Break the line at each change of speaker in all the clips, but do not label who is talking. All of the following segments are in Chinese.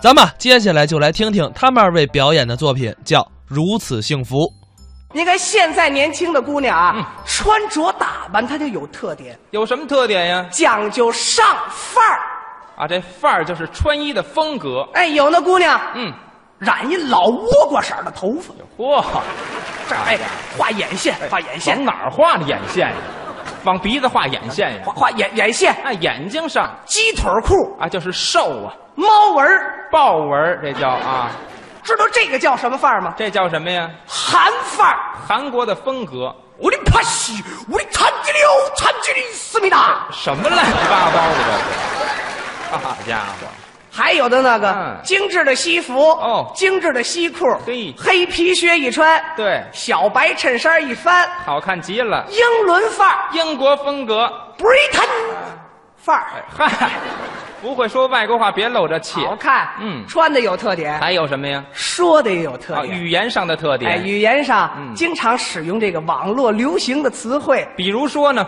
咱们接下来就来听听他们二位表演的作品，叫《如此幸福》。
你看现在年轻的姑娘啊，穿着打扮她就有特点，
有什么特点呀？
讲究上范儿。
啊，这范儿就是穿衣的风格。
哎，有那姑娘，
嗯，
染一老倭瓜色儿的头发，
嚯，
这儿哎哎画眼线，画眼线，
哎往哪儿画的眼线呀？往鼻子画眼线呀？
画画眼眼线，
那眼睛上
鸡腿儿裤，
啊，就是瘦啊，
猫纹儿，
豹纹儿，这叫啊，
知道这个叫什么范儿吗？
这叫什么呀？
韩范儿。
韩国的风格，
我的帕西，我的残疾流，残疾的思密达。
什么乱七八糟的这是？好家伙，
还有的那个、
嗯
精致的西服，
哦
精致的西裤，
嘿
黑皮靴一穿，
对
小白衬衫一翻，
好看极了，
英伦范儿
英国风格，哎
，Britain 范儿，
嗨，不会说外国话别露着气。
好看，
嗯
穿的有特点，
还有什么呀？
说的也有特
啊，
点。
语言上的特
哎，
点，
语言上、
嗯
经常使用这个网络流行的词汇，
比如说呢，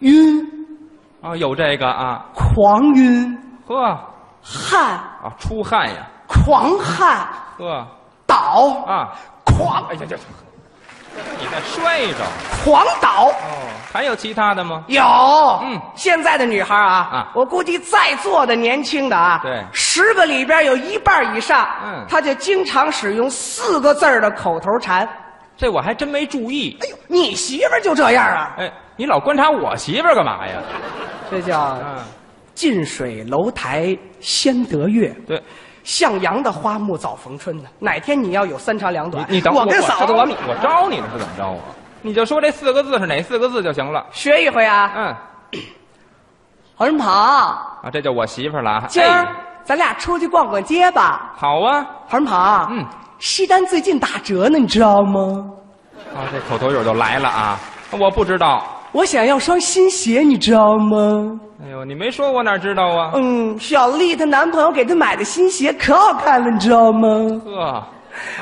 晕、
啊，有这个啊，
狂晕、
呵，啊，
汗、
出汗呀，
狂汗、
呵，
倒、
啊，
狂
哎呀呀，你再摔着。
狂倒。
哦，还有其他的吗？
有，
嗯
现在的女孩啊，
啊
我估计在座的年轻的啊，
对
十个里边有一半以上，
嗯
她就经常使用四个字儿的口头禅。
这我还真没注意。
哎呦，你媳妇儿就这样啊？
哎，你老观察我媳妇儿干嘛呀？
这叫
嗯，
近水楼台先得月。
对，
向阳的花木早逢春呢。哪天你要有三长两短，
你等
我跟嫂子
我
我
招你
们
我招你呢是怎么着啊？你就说这四个字是哪四个字就行了。
学一回啊。
嗯，
红鹏，
啊，这就我媳妇儿了啊。
今儿、
哎
咱俩出去逛逛街吧。
好啊，
红鹏，
嗯，
西单最近打折呢，你知道吗？
啊，这口头语就来了啊。我不知道，
我想要双新鞋，你知道吗？
哎呦，你没说我哪知道啊？
嗯，小丽她男朋友给她买的新鞋可好看了，你知道吗？
呵，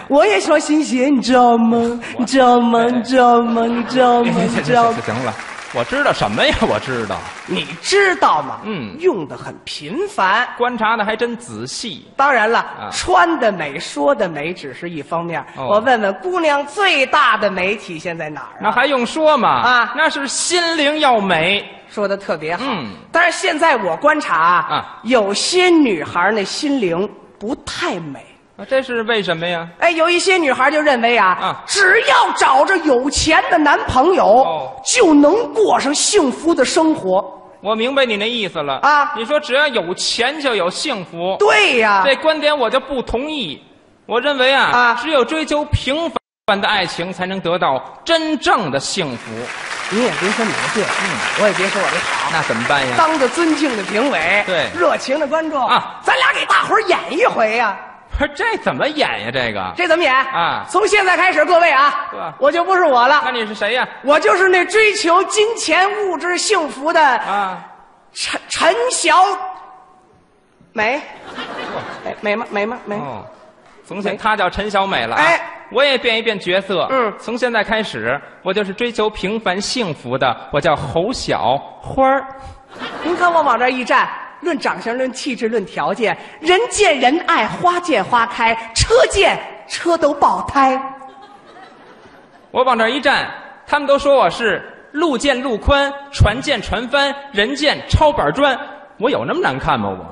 我也双新鞋，你知道吗？你知道 吗？你知道吗？你知 道吗？你
行
知
行
道
行
吗？
行了，我知道什么呀？我知道，
你知道吗？
嗯
用的很频繁。
观察的还真仔细。
当然了，
啊
穿的美，说的美只是一方面。
哦
我问问姑娘，最大的美体现在哪儿啊？
那还用说吗？
啊
那是心灵要美。
说的特别好。
嗯
但是现在我观察
啊
有些女孩那心灵不太美。
啊这是为什么呀？
哎，有一些女孩就认为啊，
啊
只要找着有钱的男朋友，
哦
就能过上幸福的生活。
我明白你那意思了
啊
你说只要有钱就有幸福，
对呀、
这观点我就不同意。我认为啊，
啊
只有追求平凡的爱情，才能得到真正的幸福。
你也别说你的对，我也别说我的好。
那怎么办呀？
当着尊敬的评委，
对
热情的观众
啊
咱俩给大伙儿演一回呀、
不是这怎么演呀？这个，
这怎么演
啊
从现在开始，各位
对吧
啊，我就不是我
那
了，
你是谁呀？
我就是那追求金钱物质幸福的
啊，
陈陈小美，哎美吗？美吗？美。
哦，从前她叫陈小美了、啊。
哎，
我也变一变角色。
嗯
从现在开始，我就是追求平凡幸福的。我叫侯小花儿。
您看我往这儿一站，论长相、论气质、论条件，人见人爱，花见花开，车见车都爆胎。
我往这儿一站，他们都说我是路见路宽，船见船翻，人见抄板砖。我有那么难看吗？我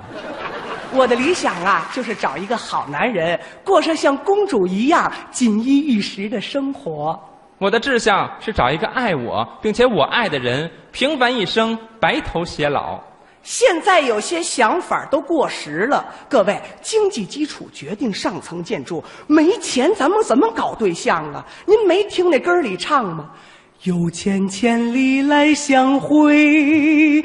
我的理想啊，就是找一个好男人，过上像公主一样锦衣玉食的生活。
我的志向是找一个爱我并且我爱的人，平凡一生，白头偕老。
现在有些想法都过时了，各位，经济基础决定上层建筑，没钱咱们怎么搞对象啊？您没听那歌儿里唱吗？有钱千里来相会，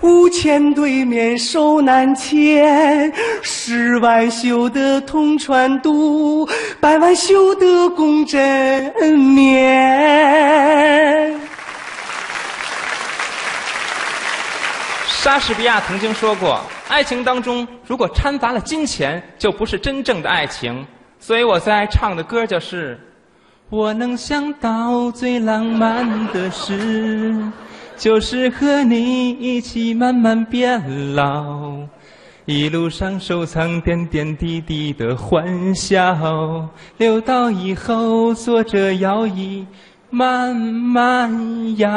无钱对面手难牵。十万修得同船渡，百万修得共枕眠。
莎士比亚曾经说过，爱情当中如果掺杂了金钱，就不是真正的爱情。所以我最爱唱的歌就是：我能想到最浪漫的事，就是和你一起慢慢变老。一路上收藏点点滴滴的欢笑，留到以后坐着摇椅慢慢摇。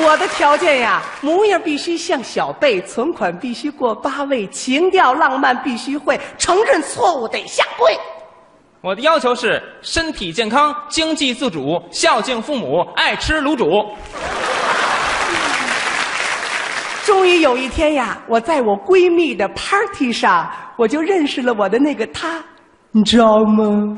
我的条件呀，模样必须像小贝，存款必须过八位，情调浪漫必须会，承认错误得下跪。
我的要求是身体健康、经济自主、孝敬父母、爱吃卤煮。
终于有一天呀，我在我闺蜜的 party 上，我就认识了我的那个他，你知道吗？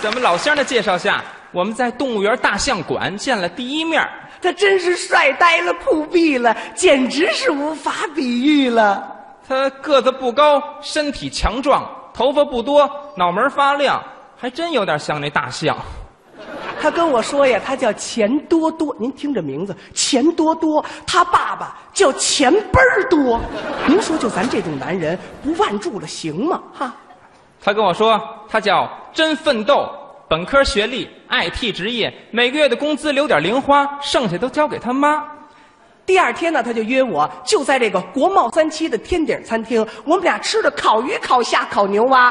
在我们老乡的介绍下，我们在动物园大象馆见了第一面儿。
他真是帅呆了、酷毙了，简直是无法比喻了。
他个子不高，身体强壮，头发不多，脑门发亮，还真有点像那大象。
他跟我说呀，他叫钱多多，您听这名字，钱多多，他爸爸叫钱倍儿多。您说，就咱这种男人，不万住了行吗？哈，
他跟我说，他叫真奋斗，本科学历，IT 职业，每个月的工资留点零花，剩下都交给他妈。
第二天呢，他就约我，就在这个国贸三期的天顶餐厅，我们俩吃的烤鱼、烤虾、烤牛蛙。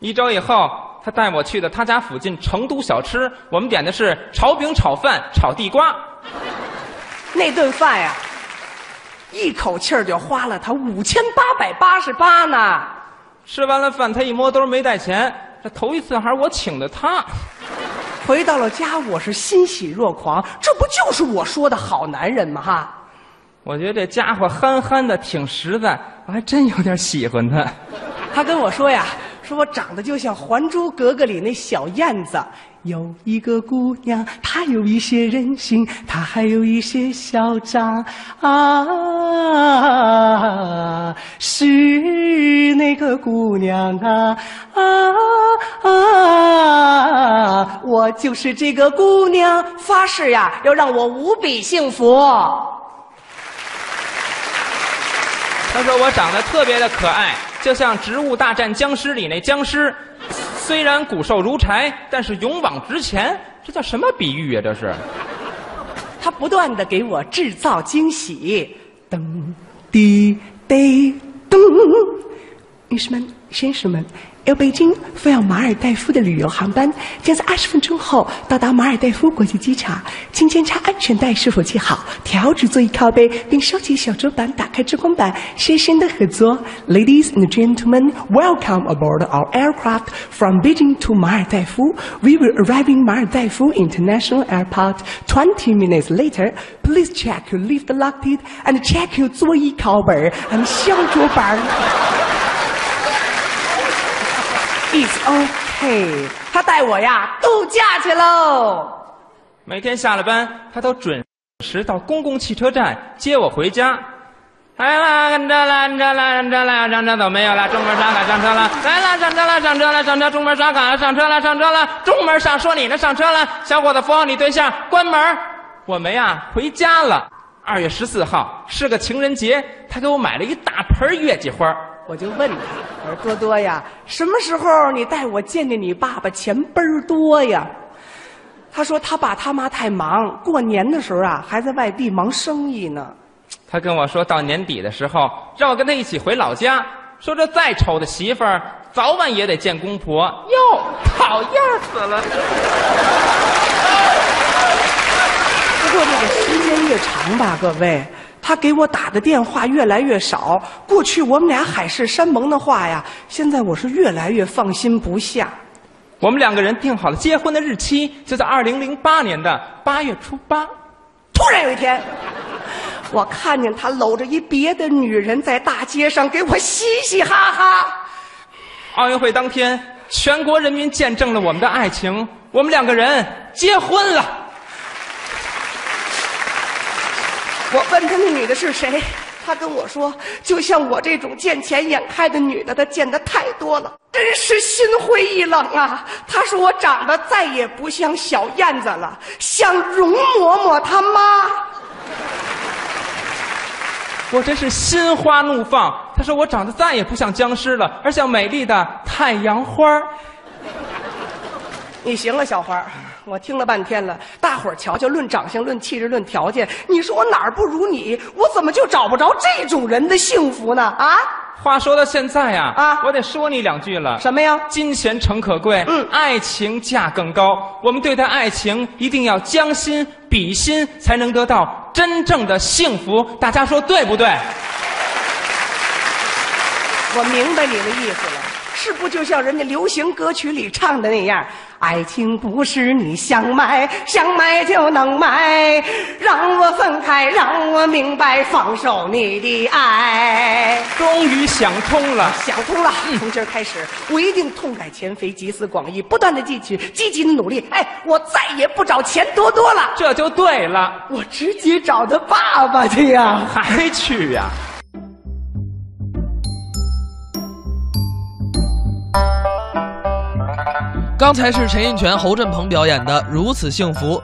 一周以后，他带我去的他家附近成都小吃，我们点的是炒饼、炒饭、炒地瓜。
那顿饭呀、一口气儿就花了他五千八百八十八呢。
吃完了饭，他一摸兜没带钱，这头一次还是我请的他。
回到了家，我是欣喜若狂，这不就是我说的好男人吗？哈，
我觉得这家伙憨憨的，挺实在，我还真有点喜欢他。
他跟我说呀，说我长得就像《还珠格格》里那小燕子。有一个姑娘，她有一些任性，她还有一些嚣张啊，是那个姑娘啊啊啊！我就是这个姑娘，发誓呀，要让我无比幸福。
他说我长得特别的可爱，就像《植物大战僵尸》里那僵尸，虽然骨瘦如柴，但是勇往直前。这叫什么比喻啊？这是。
他不断的给我制造惊喜。噔滴滴噔，女士们、先生们，由北京飞往马尔代夫的旅游航班将在二十分钟后到达马尔代夫国际机场，请检查安全带是否系好，调直座椅靠背，并收起小桌板，打开遮光板，深深的合作。Ladies and gentlemen, welcome aboard our aircraft from Beijing to 马尔代夫。We will arrive in 马尔代夫 International Airport 20 minutes later. Please check your lift luggage and check your 座椅靠背 and 小桌板。It's okay，他带我呀度假去喽。
每天下了班，他都准时到公共汽车站接我回家。来啦，上车啦，上车啦，上车啦，上车走没有啦？中门刷卡上车啦！来啦，上车啦，上车啦，上车！中门刷卡了，上车啦，上车啦！中门上说你呢，上车啦！小伙子，扶好你对象，关门。我们呀，回家了。二月十四号是个情人节，他给我买了一大盆月季花。
我就问他，我说多多呀，什么时候你带我见见你爸爸？钱倍儿多呀。他说他爸他妈太忙，过年的时候啊还在外地忙生意呢。
他跟我说到年底的时候，让我跟他一起回老家，说这再丑的媳妇儿，早晚也得见公婆。哟，讨厌死了！
不过这个时间越长吧，各位，他给我打的电话越来越少。过去我们俩海誓山盟的话呀，现在我是越来越放心不下。
我们两个人定好了结婚的日期，就在二零零八年的八月初八。
突然有一天，我看见他搂着一别的女人在大街上给我嘻嘻哈哈。
奥运会当天，全国人民见证了我们的爱情，我们两个人结婚了。
我问他那女的是谁，他跟我说，就像我这种见钱眼开的女的，他见的太多了，真是心灰意冷啊。他说我长得再也不像小燕子了，像容嬷嬷她妈。
我真是心花怒放。他说我长得再也不像僵尸了，而像美丽的太阳花儿。
你行了，小花儿，我听了半天了，大伙儿瞧瞧，论长相、论气质、论条件，你说我哪儿不如你？我怎么就找不着这种人的幸福呢？啊，
话说到现在呀、
啊
我得说你两句了。
什么呀？
金钱诚可贵，
嗯
爱情价更高。我们对待爱情一定要将心比心，才能得到真正的幸福。大家说对不对？
我明白你的意思了，是不就像人家流行歌曲里唱的那样？爱情不是你想买想买就能买，让我分开，让我明白，放手你的爱。
终于想通了。
想通了，从今儿开始，我一定痛改前非，集思广益，不断的汲取，积极的努力。哎，我再也不找钱多多了，
这就对了，
我直接找他爸爸去呀、
还去呀、
刚才是陈印泉、侯振鹏表演的《如此幸福》。